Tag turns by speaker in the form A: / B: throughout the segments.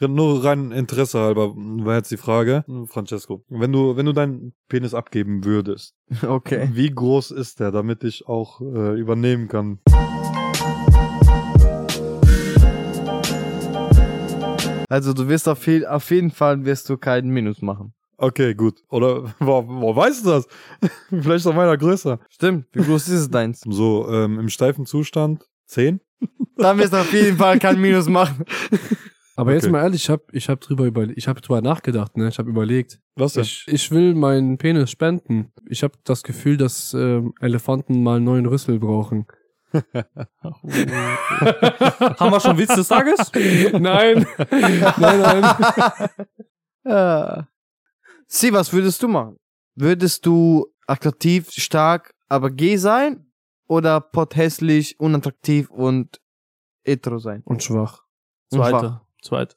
A: nur rein Interesse halber war jetzt die Frage, Francesco, wenn du, wenn du deinen Penis abgeben würdest,
B: Okay.
A: wie groß ist der, damit ich auch äh, übernehmen kann?
B: Also du wirst auf, viel, auf jeden Fall wirst du keinen Minus machen.
A: Okay, gut. Oder wo, wo weißt du das? Vielleicht ist doch meiner größer.
B: Stimmt. Wie groß ist es deins?
A: So, ähm, im steifen Zustand 10?
B: Dann wirst du auf jeden Fall keinen Minus machen.
C: Aber jetzt
A: Okay.
C: mal ehrlich, ich habe ich hab drüber, überle ich hab drüber nachgedacht, ne? ich habe überlegt.
A: Was denn?
C: Ich, ich will meinen Penis spenden. Ich habe das Gefühl, dass ähm, Elefanten mal einen neuen Rüssel brauchen.
D: Haben wir schon Witz des Tages?
C: nein, nein, nein.
D: Ah.
B: Ja. Sie, was würdest du machen? Würdest du attraktiv, stark, aber gay sein? Oder potthässlich, unattraktiv und hetero sein?
C: Und schwach.
B: Schwach.
D: Zweiter. Zweiter.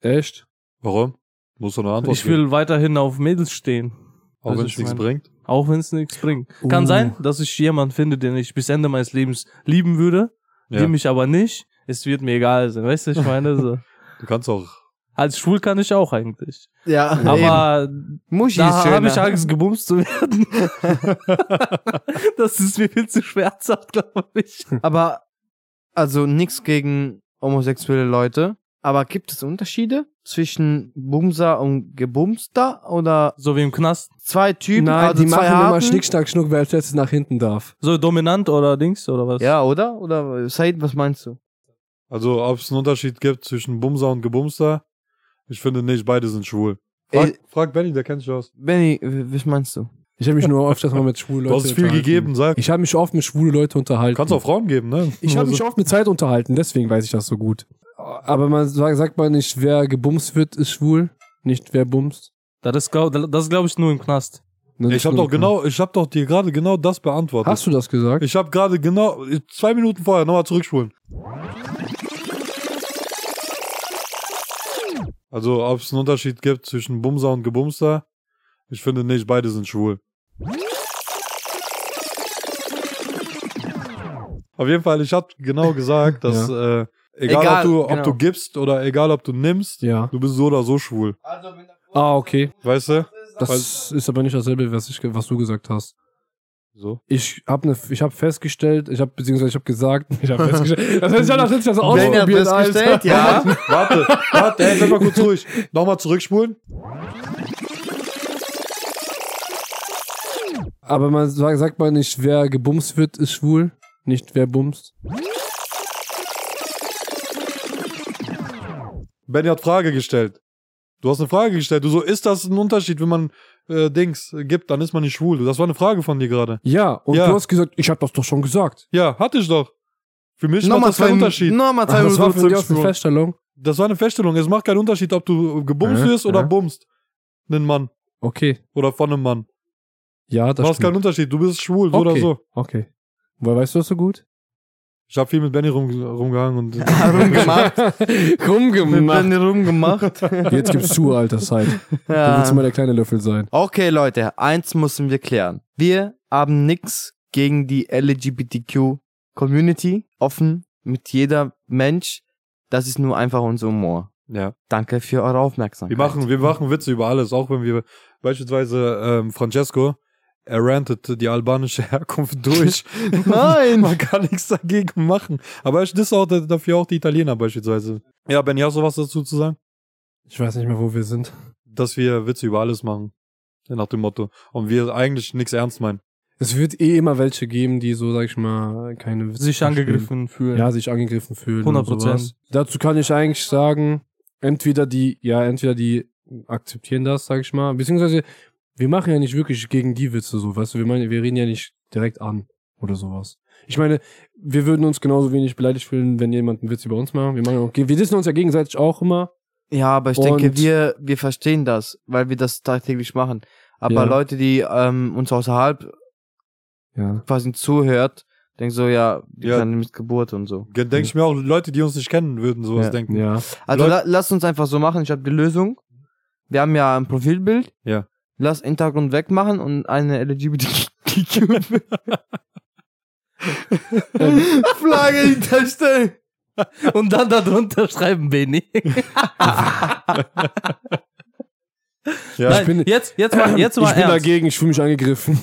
C: Echt?
A: Warum? Musst du eine Antwort
D: Ich
A: geben,
D: will weiterhin auf Mädels stehen.
A: auch
D: Also
A: wenn es
D: ich
A: nichts
D: meine-
A: bringt.
D: Auch wenn es nichts bringt.
C: Uh.
D: Kann sein, dass ich jemanden finde, den ich bis Ende meines Lebens lieben würde,
A: Ja.
D: den ich aber nicht. Es wird mir egal sein. Weißt du, ich meine so.
A: Du kannst auch.
D: Als schwul kann ich auch eigentlich.
B: Ja,
D: Aber
B: Muschi ist
D: da habe
B: schöner.
D: ich Angst, gebumst zu werden. das ist mir viel zu schmerzhaft, glaube ich.
B: aber, also nichts gegen homosexuelle Leute. Aber gibt es Unterschiede zwischen Bumser und Gebumster? Oder
D: So wie im Knast.
B: zwei Typen,
C: nein,
B: also
C: die
B: zwei
C: machen immer
B: Harten?
C: Schnick, Schnack, Schnuck, wer als letztes nach hinten darf.
D: So dominant oder Dings oder was?
B: Ja, oder? Oder, Said, was meinst du?
A: Also, ob es einen Unterschied gibt zwischen Bumser und Gebumster? Ich finde nicht, beide sind schwul. Frag,
B: Ey.
A: frag Benny, der kennt sich aus.
B: Benny, w- was meinst du?
C: Ich habe mich nur öfters mal mit schwulen
A: Du
C: Leuten
A: hast viel
C: unterhalten.
A: gegeben, sag.
C: Ich habe mich oft mit schwulen Leuten unterhalten.
A: Kannst auch Frauen geben, ne?
C: Ich habe
A: Also-
C: mich oft mit Zeit unterhalten, deswegen weiß ich das so gut. Aber man sagt, sagt man nicht, wer gebumst wird, ist schwul, nicht wer bumst.
D: Das ist, glaube glaub ich, nur im Knast.
C: Ne, das
A: Ich habe
C: stimmt.
A: doch genau, ich habe doch dir gerade genau das beantwortet.
C: Hast du das gesagt?
A: Ich habe gerade genau zwei Minuten vorher nochmal zurückspulen. Also, ob es einen Unterschied gibt zwischen Bumser und Gebumster? Ich finde nicht, beide sind schwul. Auf jeden Fall, ich habe genau gesagt, dass äh, egal,
B: Egal,
A: ob, du, ob
B: genau.
A: du gibst oder egal, ob du nimmst,
C: ja.
A: du bist so oder so schwul.
C: Ah, okay.
A: Weißt du?
C: Das
A: Also
C: ist aber nicht dasselbe, was, ich, ge- was du gesagt hast.
A: So.
C: Ich habe ne, ich hab festgestellt, ich habe beziehungsweise ich habe gesagt, ich habe festgestellt. Das heißt, ich habe das so
B: Benny hat
C: ausprobiert. Alter.
B: festgestellt, ja.
A: Warte, warte, ey, bleib mal kurz ruhig. Nochmal zurückspulen.
C: Aber man sagt, sagt man nicht, wer gebumst wird, ist schwul, nicht wer bumst.
A: Benny hat Frage gestellt. Du hast eine Frage gestellt. Du so, ist das ein Unterschied, wenn man äh, Dings äh, gibt, dann ist man nicht schwul. Das war eine Frage von dir gerade.
C: Ja, und
A: Ja.
C: du hast gesagt, ich habe das doch schon gesagt.
A: Ja, hatte ich doch. Für mich macht
B: Nochmal
A: das
B: zwei
A: keinen
B: Unterschied.
A: Unterschied.
B: Nochmal zwei
C: Das war für dich
B: Minuten
C: auch eine
B: zurück.
C: Feststellung.
A: Das war eine Feststellung. Es macht keinen Unterschied, ob du äh, gebumst
C: Ja,
A: wirst oder
C: ja.
A: bumst. Einen Mann
C: Okay.
A: oder von einem Mann.
C: Ja, das
A: Das macht
C: stimmt.
A: keinen Unterschied. Du bist schwul, so
C: Okay.
A: oder so.
C: Okay. Woher weißt du das so gut?
A: Ich habe viel mit Benny rum, rumgehangen und
B: Rumgemacht. Mit
C: Rumgemacht.
B: Benny rumgemacht.
C: Jetzt gibt's zu, alter Zeit. Du willst
B: ja.
C: immer der kleine Löffel sein.
B: Okay, Leute, eins müssen wir klären. Wir haben nichts gegen die LGBTQ-Community. Offen mit jeder Mensch. Das ist nur einfach unser Humor.
A: ja.
B: Danke für eure Aufmerksamkeit.
A: Wir machen, wir machen Witze über alles, auch wenn wir beispielsweise ähm, Francesco, er rantet die albanische Herkunft durch.
B: Nein!
A: Man kann nichts dagegen machen. Aber ich disse auch da- dafür auch die Italiener beispielsweise. Ja, Benny, hast du was dazu zu sagen?
C: Ich weiß nicht mehr, wo wir sind.
A: Dass wir Witze über alles machen. Nach dem Motto. Und wir eigentlich nichts ernst meinen.
C: Es wird eh immer welche geben, die so, sag ich mal, keine Witze
D: Sich
C: verstehen.
D: angegriffen fühlen.
C: Ja, sich angegriffen fühlen. 100
D: 100%.
C: Prozent. Dazu kann ich eigentlich sagen, entweder die, ja, entweder die akzeptieren das, sag ich mal, beziehungsweise wir machen ja nicht wirklich gegen die Witze so, weißt du, wir meinen, wir reden ja nicht direkt an oder sowas. Ich meine, wir würden uns genauso wenig beleidigt fühlen, wenn jemand einen Witz über uns macht. Wir machen ja auch, wir wissen uns ja gegenseitig auch immer.
B: Ja, aber ich
C: Und-
B: denke, wir, wir verstehen das, weil wir das tagtäglich machen. Aber
C: Ja.
B: Leute, die ähm, uns außerhalb
C: Ja.
B: quasi zuhört, denken so, ja, die
A: Ja.
B: kleine Missgeburt und so.
A: Denke ich mir auch, Leute, die uns nicht kennen, würden sowas
B: Ja.
A: denken.
C: Ja.
B: Also
A: Leut-
B: la lasst uns einfach so machen, ich habe die Lösung. Wir haben ja ein Profilbild.
A: Ja.
B: Lass Hintergrund wegmachen und eine LGBTQ-Flagge hinterstellen.
D: Und dann darunter schreiben Benny.
A: Ja.
D: Nein,
C: Ich bin-
D: jetzt, jetzt mal, jetzt mal
C: ich bin
D: ernst.
C: dagegen, ich fühle mich angegriffen.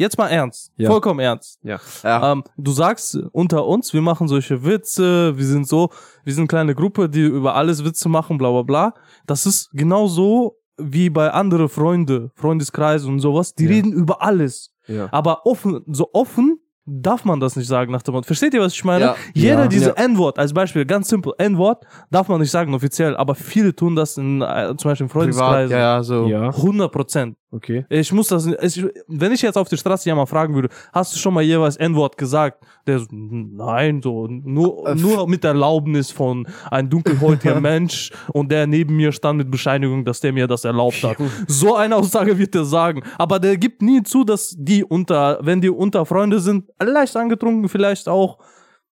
D: Jetzt mal ernst.
C: Ja.
D: Vollkommen ernst.
C: Ja.
B: Ja.
D: Ähm, du sagst äh, unter uns, wir machen solche Witze, wir sind so, wir sind eine kleine Gruppe, die über alles Witze machen, bla bla bla. Das ist genau so wie bei anderen Freunde, Freundeskreis und sowas. Die
C: Ja.
D: reden über alles.
C: Ja.
D: Aber offen, so offen darf man das nicht sagen nach dem Motto. Versteht ihr, was ich meine?
B: Ja.
D: Jeder
C: Ja.
D: diese N-Wort, als Beispiel, ganz simpel, N-Wort darf man nicht sagen offiziell, aber viele tun das in, äh, zum Beispiel im
B: Privat,
D: Freundeskreis.
B: ja, ja, so.
C: Ja,
D: 100 Prozent.
C: okay.
D: Ich muss das, ich, wenn ich jetzt auf der Straße jemand fragen würde, hast du schon mal jeweils N-Wort gesagt? Der so, nein, so, nur,
B: Äh,
D: nur mit Erlaubnis von ein dunkelhäutiger Mensch und der neben mir stand mit Bescheinigung, dass der mir das erlaubt hat. So eine Aussage wird der sagen. Aber der gibt nie zu, dass die unter, wenn die unter Freunde sind, leicht angetrunken vielleicht auch,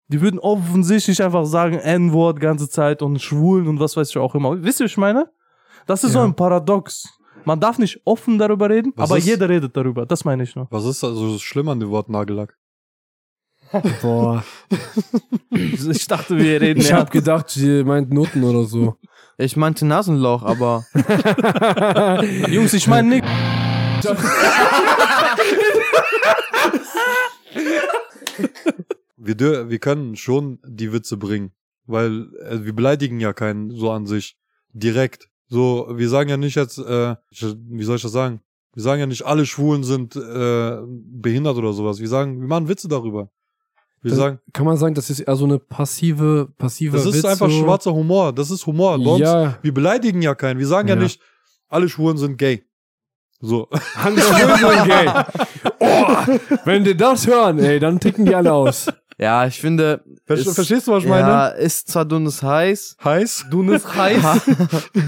D: die würden offensichtlich einfach sagen N-Wort ganze Zeit und Schwulen und was weiß ich auch immer. Wisst ihr, was ich meine? Das ist so
C: Ja.
D: ein Paradox. Man darf nicht offen darüber reden,
A: Was
D: aber
A: ist-
D: jeder redet darüber. Das meine ich nur.
A: Was ist also so schlimm an dem Wort Nagellack?
C: Boah.
D: Ich dachte, wir reden
C: Ich
D: ja.
C: hab gedacht, sie meint Noten oder so.
B: Ich meinte Nasenloch, aber.
D: Jungs, ich meine nicht.
A: Wir, dür- wir können schon die Witze bringen, weil äh, wir beleidigen ja keinen so an sich direkt. So, wir sagen ja nicht jetzt, äh, ich, wie soll ich das sagen? Wir sagen ja nicht, alle Schwulen sind äh, behindert oder sowas. Wir sagen, wir machen Witze darüber. Wir
C: Das-
A: sagen,
C: Kann man sagen, das ist eher so eine passive, passive
A: das ist
C: Witz,
A: einfach
C: so.
A: schwarzer Humor. Das ist Humor. Bei uns-
C: Ja,
A: Wir beleidigen ja keinen. Wir sagen ja,
C: Ja.
A: nicht, alle Schwulen sind gay. So.
C: Hans Schulman, gay. Oh, wenn die das hören, ey, dann ticken die alle aus.
B: Ja, ich finde.
A: Verste-
B: ist-
A: Verstehst du, was ich
B: Ja,
A: meine?
B: ist zwar dünnes heiß.
A: Heiß?
D: Dünnes heiß.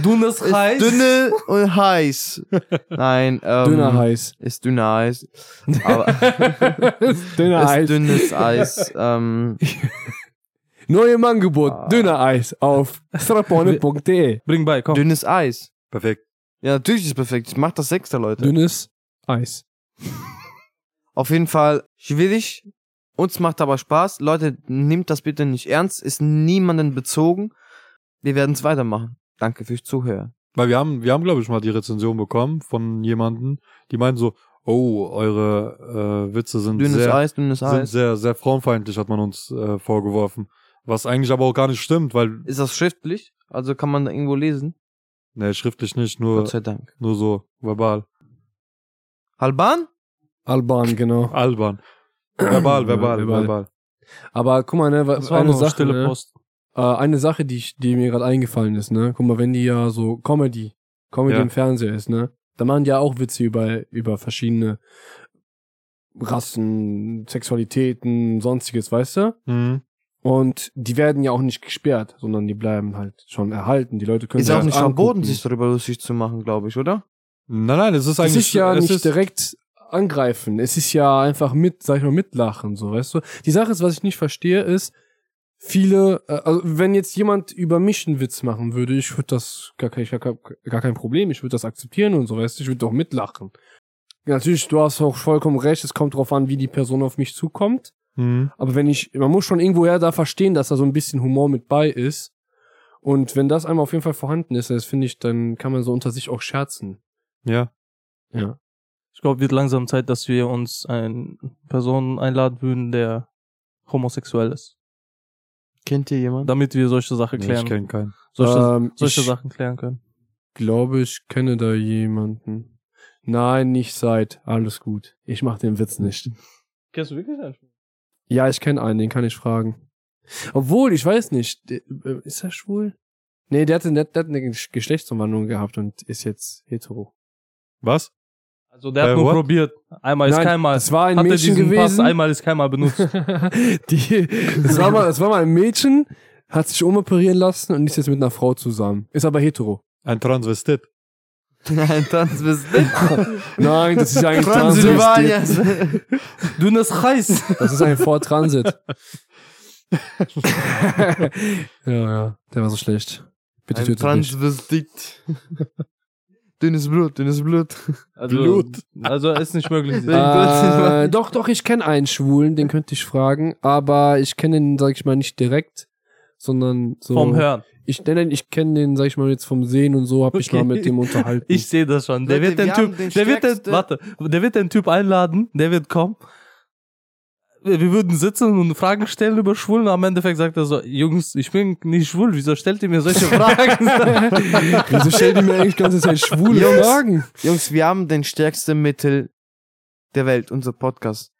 D: Dünnes heiß.
B: Ist dünne und heiß. Nein, ähm,
C: Dünner Heiß.
B: Ist dünner Eis. Aber
C: Dünner
B: ist
C: Eis.
B: dünnes Eis. Ähm,
C: Neu im Angebot. Dünner Eis auf strapone.de.
D: Bring bei, komm.
B: dünnes Eis.
A: Perfekt.
B: Ja, natürlich ist es perfekt. Ich mach das extra, Leute.
C: Dünnes Eis.
B: Auf jeden Fall schwierig. Uns macht aber Spaß. Leute, nehmt das bitte nicht ernst. Ist niemanden bezogen. Wir werden es weitermachen. Danke fürs Zuhören.
A: Weil wir haben, wir haben, glaube ich, mal die Rezension bekommen von jemandem, die meinten so, oh, eure äh, Witze sind
B: Dünnes
A: sehr,
B: Eis, dünnes
A: sind
B: Eis.
A: sehr, sehr frauenfeindlich, hat man uns äh, vorgeworfen. Was eigentlich aber auch gar nicht stimmt, weil,
B: Ist das schriftlich? Also kann man da irgendwo lesen?
A: ne, schriftlich nicht, nur,
B: Gott sei Dank.
A: nur so, verbal.
B: Halban?
C: Alban, genau.
A: Alban. Verbal, verbal,
C: Verbal.
A: verbal.
C: Aber guck mal, ne, wa-
D: Das war
C: eine
D: nur
C: Sache,
D: stille
C: ne,
D: Post.
C: äh, eine Sache, die, ich, die mir gerade eingefallen ist, ne, guck mal, wenn die ja so Comedy, Comedy
A: Ja.
C: im Fernseher ist, ne, da machen die ja auch Witze über, über verschiedene Rassen, Sexualitäten, sonstiges, weißt du?
A: Mhm.
C: Und die werden ja auch nicht gesperrt, sondern die bleiben halt schon erhalten. Die Leute können
B: Ist
C: sich
B: auch
C: das
B: nicht verboten,
C: angucken.
B: sich darüber lustig zu machen, glaube ich, oder?
A: Nein, nein, es ist
C: Es
A: eigentlich,
C: ist ja
A: es
C: nicht
A: ist,
C: direkt angreifen. Es ist ja einfach mit, sag ich mal, mitlachen, so, weißt du? Die Sache ist, was ich nicht verstehe, ist, viele, äh, also wenn jetzt jemand über mich einen Witz machen würde, ich würde das gar kein, gar, kein- gar kein Problem, ich würde das akzeptieren und so, weißt du, ich würde doch mitlachen. Natürlich, du hast auch vollkommen recht, es kommt drauf an, wie die Person auf mich zukommt.
A: Mhm.
C: Aber wenn ich, man muss schon irgendwoher da verstehen, dass da so ein bisschen Humor mit bei ist. Und wenn das einmal auf jeden Fall vorhanden ist, das finde ich, dann kann man so unter sich auch scherzen.
A: ja.
C: Ja.
D: Ich glaube, wird langsam Zeit, dass wir uns einen Personen einladen würden, der homosexuell ist.
B: Kennt ihr jemanden?
D: Damit wir solche Sachen
A: Nee, ich
D: klären.
A: kenne keinen.
D: solche
C: Ähm,
D: solche
C: ich
D: Sachen klären können.
C: glaube, ich kenne da jemanden. Nein, nicht seit. Alles gut. Ich mache den Witz nicht.
D: Kennst du wirklich einen?
C: Ja, ich kenne einen, den kann ich fragen. Obwohl, ich weiß nicht. äh, äh, Ist er schwul? Nee, der hatte, der hat eine Gesch- Geschlechtsumwandlung gehabt und ist jetzt hetero.
A: Was?
D: Also der hat
A: Äh,
D: nur
A: what?
D: probiert. Einmal ist
C: Nein,
D: keinmal.
C: das war ein
D: Hat er
C: Mädchen
D: diesen Pass
C: gewesen.
D: einmal ist keinmal benutzt.
C: die, das, war mal, das war mal ein Mädchen, hat sich umoperieren lassen und ist jetzt mit einer Frau zusammen. Ist aber hetero.
A: Ein Transvestit.
B: Nein, Tanz bist
C: Nein, das ist ja ein
B: Transylvania.
C: Transit.
D: Dünnes Heiß.
C: Das ist ein Vortransit. ja, ja, der war so schlecht. Bitte
B: Ein
C: tötet mich.
B: Transvestit. dünnes Blut, dünnes Blut.
D: Also,
A: Blut.
D: Also ist nicht möglich.
C: Äh, doch, doch, ich kenne einen Schwulen, den könnte ich fragen, aber ich kenne ihn, sag ich mal, nicht direkt. sondern so.
D: vom Hören.
C: Ich, nein, nein, ich kenne den, sag ich mal, jetzt vom Sehen und so, hab ich
D: Okay.
C: mal mit dem unterhalten.
D: Ich sehe das schon. Der
B: Leute,
D: wird den
B: wir
D: Typ,
B: haben den
D: der wird den,
B: stärksten-
D: warte, der wird den Typ einladen, der wird kommen. Wir wir würden sitzen und Fragen stellen über Schwulen. Am Endeffekt sagt er so, Jungs, ich bin nicht schwul, wieso stellt ihr mir solche Fragen?
C: Wieso stellen die mir eigentlich die ganze Zeit schwule
B: Jungs.
C: Fragen?
B: Jungs, wir haben den stärksten Mittel der Welt, unser Podcast.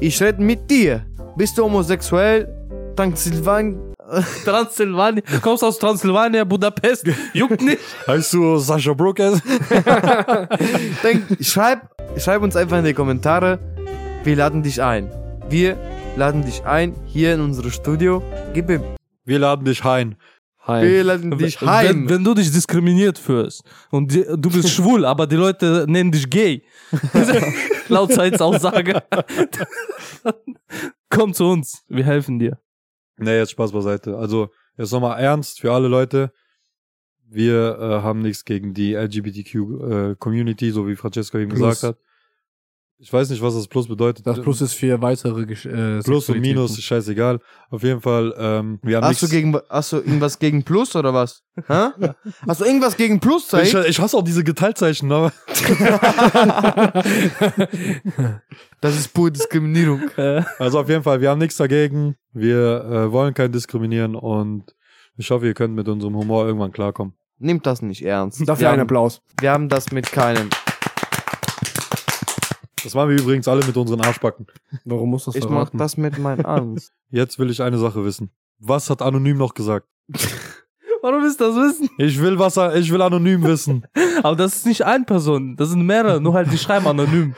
B: Ich rede mit dir. Bist du homosexuell? Dank Silvan.
D: Transsilvanien, kommst aus Transsilvanien, Budapest, juckt nicht.
A: Heißt du Sascha Brookes?
B: Denk, schreib, schreib uns einfach in die Kommentare. Wir laden dich ein. Wir laden dich ein hier in unser Studio. Gib ihm.
A: Wir laden dich ein.
B: Wir laden dich heim.
D: Wenn, wenn du dich diskriminiert fühlst und die, du bist schwul, aber die Leute nennen dich gay, laut Zeits Aussage, komm zu uns, wir helfen dir.
A: Nee, jetzt Spaß beiseite. Also, jetzt nochmal ernst für alle Leute. Wir äh, haben nichts gegen die LGBTQ-Community, äh, so wie Francesco eben
C: Plus.
A: gesagt hat. Ich weiß nicht, was das Plus bedeutet.
C: Das Plus ist für weitere Gesch äh,
A: Plus und Minus,
C: Sexualitäten.
A: ist scheißegal. Auf jeden Fall, ähm, wir haben
B: Hast du,
A: nichts.
B: gegen, hast du irgendwas gegen Plus oder was? Hä? Hast du irgendwas gegen Plus,
A: ich,
B: Zeit?
A: ich hasse auch diese ne? Geteiltzeichen, aber
B: Das ist pure Diskriminierung.
A: Also auf jeden Fall, wir haben nichts dagegen. Wir äh, wollen kein diskriminieren und ich hoffe, ihr könnt mit unserem Humor irgendwann klarkommen.
B: Nimmt das nicht ernst.
C: Dafür
B: wir,
C: ein
B: haben,
C: Applaus.
B: wir haben das mit keinem.
A: Das machen wir übrigens alle mit unseren Arschbacken.
C: Warum muss das
B: Ich mach
C: verraten?
B: das mit meinen Armen.
A: Jetzt will ich eine Sache wissen. Was hat Anonym noch gesagt?
D: Warum ist das Wissen?
A: Ich will was, ich will anonym wissen.
D: Aber das ist nicht eine Person, das sind mehrere, nur halt die schreiben anonym.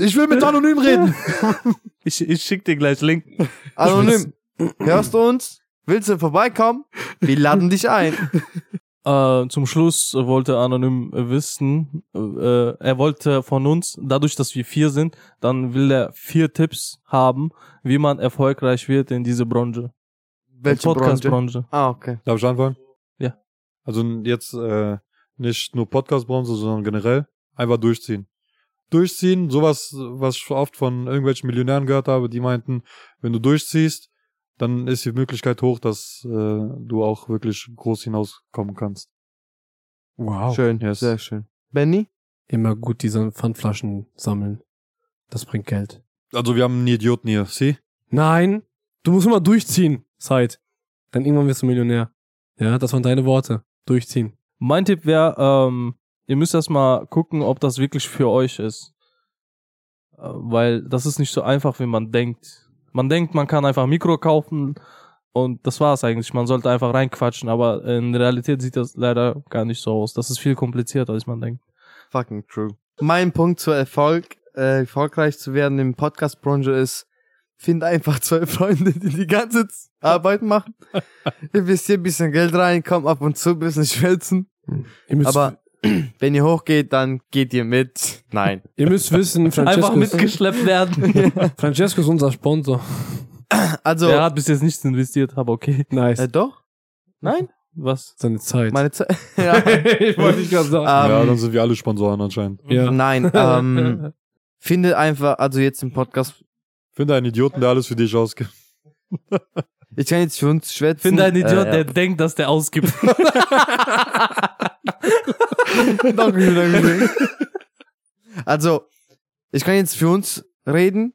A: Ich will mit anonym reden.
D: Ich, ich schick dir gleich Link.
B: Anonym. Hörst du uns? Willst du vorbeikommen? Wir laden dich ein.
D: Äh, zum Schluss wollte Anonym wissen, äh, er wollte von uns, dadurch, dass wir vier sind, dann will er vier Tipps haben, wie man erfolgreich wird in diese Branche.
B: Welche Branche?
D: Podcast-Branche.
B: Ah, okay.
A: Darf ich anfangen?
D: Ja.
A: Also jetzt äh, nicht nur Podcast-Branche, sondern generell einfach durchziehen. Durchziehen, sowas, was ich oft von irgendwelchen Millionären gehört habe, die meinten, wenn du durchziehst, dann ist die Möglichkeit hoch, dass äh, du auch wirklich groß hinauskommen kannst.
C: Wow.
B: Schön,
A: yes.
B: sehr schön. Benny?
C: Immer gut diese Pfandflaschen sammeln. Das bringt Geld.
A: Also wir haben einen Idioten hier, see?
C: Nein, du musst immer durchziehen, Zeit. Dann irgendwann wirst du Millionär. Ja, das waren deine Worte. Durchziehen.
D: Mein Tipp wäre, ähm, ihr müsst erstmal gucken, ob das wirklich für euch ist. Äh, Weil das ist nicht so einfach, wie man denkt. Man denkt, man kann einfach ein Mikro kaufen und das war's eigentlich. Man sollte einfach reinquatschen, aber in Realität sieht das leider gar nicht so aus. Das ist viel komplizierter, als man denkt.
B: Fucking true. Mein Punkt zu Erfolg, äh, erfolgreich zu werden im Podcast-Branche ist, find einfach zwei Freunde, die die ganze Z- Arbeit machen. Investier ein bisschen Geld rein, komm ab und zu ein bisschen schwätzen.
C: Ihr müsst,
B: Aber wenn ihr hochgeht, dann geht ihr mit. Nein.
C: ihr müsst wissen,
D: Einfach
C: Francesco ist,
D: mitgeschleppt werden.
C: Francesco ist unser Sponsor.
B: Also,
D: Der hat bis jetzt nichts investiert, aber okay.
C: Nice.
B: äh, doch? Nein?
D: Was?
C: Seine Zeit.
B: Meine Zeit. ja.
C: ich wollte nicht gerade sagen.
B: Ähm,
A: ja, dann sind wir alle Sponsoren anscheinend.
C: ja.
B: Nein, ähm, finde einfach, also jetzt im Podcast,
A: Finde einen Idioten, der alles für dich ausgibt.
B: ich kann jetzt für uns schwätzen.
D: Finde einen Idiot,
B: Äh,
D: der denkt, dass der ausgibt.
B: ja. Dankeschön, Dankeschön. also, ich kann jetzt für uns reden.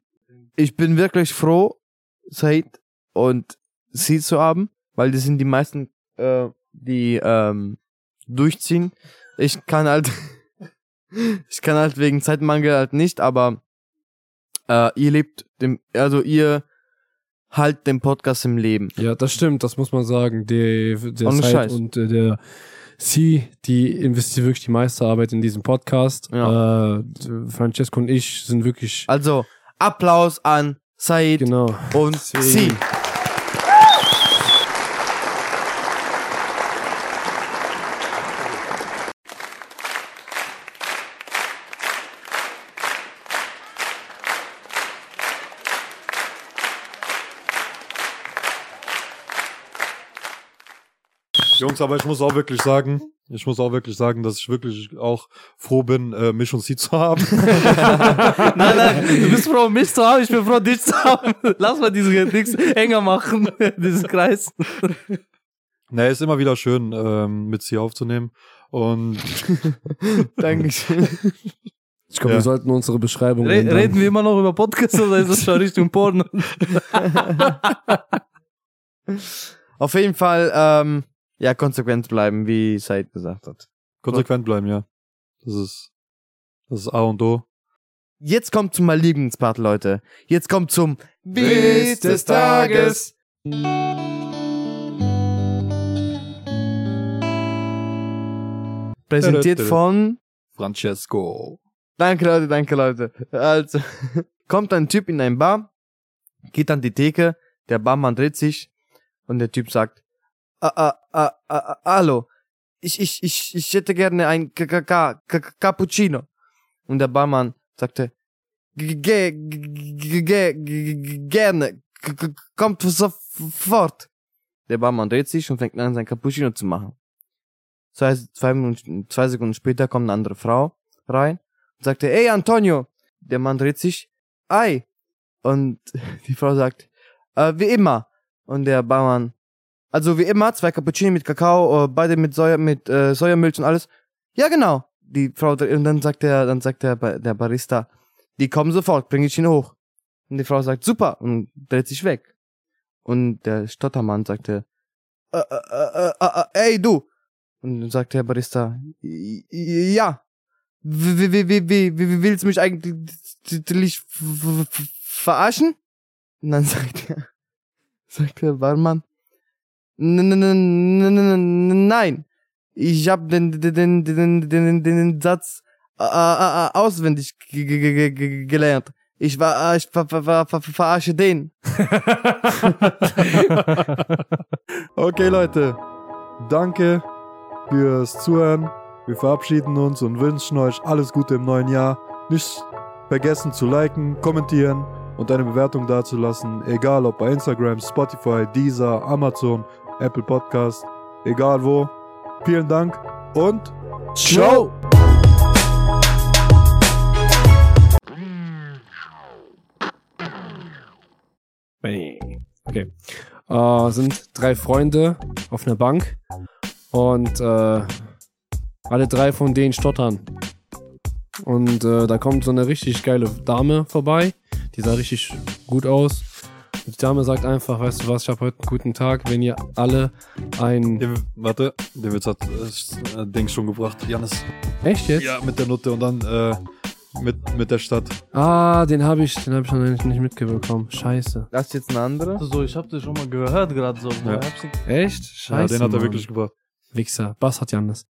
B: Ich bin wirklich froh, Said und sie zu haben, weil die sind die meisten, äh, die ähm, durchziehen. Ich kann halt, ich kann halt wegen Zeitmangel halt nicht, aber äh, ihr lebt dem, also ihr halt den Podcast im Leben.
C: ja, das stimmt, das muss man sagen. Der, der
B: Ohne
C: Zeit
B: Scheiß.
C: und äh, der Sie, die investiert wirklich die meiste Arbeit in diesem Podcast. Äh, Francesco und ich sind wirklich.
B: Also Applaus an Said
C: Genau.
B: und Sie.
A: Jungs, aber ich muss auch wirklich sagen, ich muss auch wirklich sagen, dass ich wirklich auch froh bin, äh, mich und sie zu haben.
D: Nein, nein, du bist froh, mich zu haben, ich bin froh, dich zu haben. Lass mal diese Dings enger machen, diesen Kreis.
A: naja, ist immer wieder schön, ähm, mit sie aufzunehmen. Und
B: Dankeschön.
C: Ich glaube,
A: Ja.
C: wir sollten unsere Beschreibung
D: Re
C: ändern.
D: reden wir immer noch über Podcasts oder ist das schon Richtung Porno?
B: Auf jeden Fall, ähm, ja, konsequent bleiben, wie Said gesagt hat.
A: konsequent bleiben, ja. Das ist, das ist A und O.
B: Jetzt kommt zum meinem Lieblingspart, Leute. Jetzt kommt zum
C: Witz des Tages.
B: Präsentiert von
A: Francesco.
B: Danke, Leute, danke, Leute. Also, kommt ein Typ in ein Bar, geht an die Theke, der Barmann dreht sich und der Typ sagt, ah, ah, ah, ah, ah, hallo, ich, ich, ich, ich hätte gerne ein K -K -K -K -K Cappuccino. Und der Barmann sagte, "G- ge- ge- ge- ge- gerne, K- K- kommt sofort. Der Barmann dreht sich und fängt an, sein Cappuccino zu machen. Zwei, zwei, Minuten, zwei Sekunden später kommt eine andere Frau rein und sagte, ey Antonio. Der Mann dreht sich, ei. Und die Frau sagt, äh, wie immer. Und der Barmann, also wie immer, zwei Cappuccini mit Kakao, äh, beide mit Soja, mit äh, Sojamilch und alles. Ja, genau. Die Frau, dre- und dann sagt der, dann sagt der, Ba- der Barista, die kommen sofort, bring ich ihn hoch. Und die Frau sagt, super, und dreht sich weg. Und der Stottermann sagte, äh, äh, äh, äh, äh, ey, du. Und dann sagt der Barista, "I- i- ja. Wie, wie, wie, wie, wie willst du mich eigentlich f- f- f- verarschen? Und dann sagt er, sagt der Barmann, "N- n- n- n- n- n- n- nein, ich hab den, den, den, den, den, den Satz äh, äh, äh, auswendig ge- ge- ge- ge- gelernt. Ich war, äh, ich ver, ver, ver, ver, verarsche den.
A: Okay, Leute. Danke fürs Zuhören. Wir verabschieden uns und wünschen euch alles Gute im neuen Jahr. Nicht vergessen zu liken, kommentieren und eine Bewertung dazulassen. Egal ob bei Instagram, Spotify, Deezer, Amazon, Apple Podcast, egal wo. Vielen Dank und ciao.
C: Okay. Äh, sind drei Freunde auf einer Bank und äh, alle drei von denen stottern. Und äh, da kommt so eine richtig geile Dame vorbei, die sah richtig gut aus. Und die Dame sagt einfach, weißt du was, ich habe heute einen guten Tag, wenn ihr alle ein...
A: Den, warte, den Witz hat äh, Ding schon gebracht. Janis.
C: Echt jetzt?
A: Ja, mit der Nutte und dann äh, mit, mit der Stadt.
C: Ah, den habe ich, den habe ich noch nicht, nicht mitbekommen. Scheiße.
B: Das ist jetzt eine andere.
D: So, Also, ich hab das schon mal gehört gerade so.
A: Ja.
C: Echt? Scheiße.
A: ja, den hat er
C: Mann.
A: wirklich gebracht.
C: Wichser. Bass hat ja anders.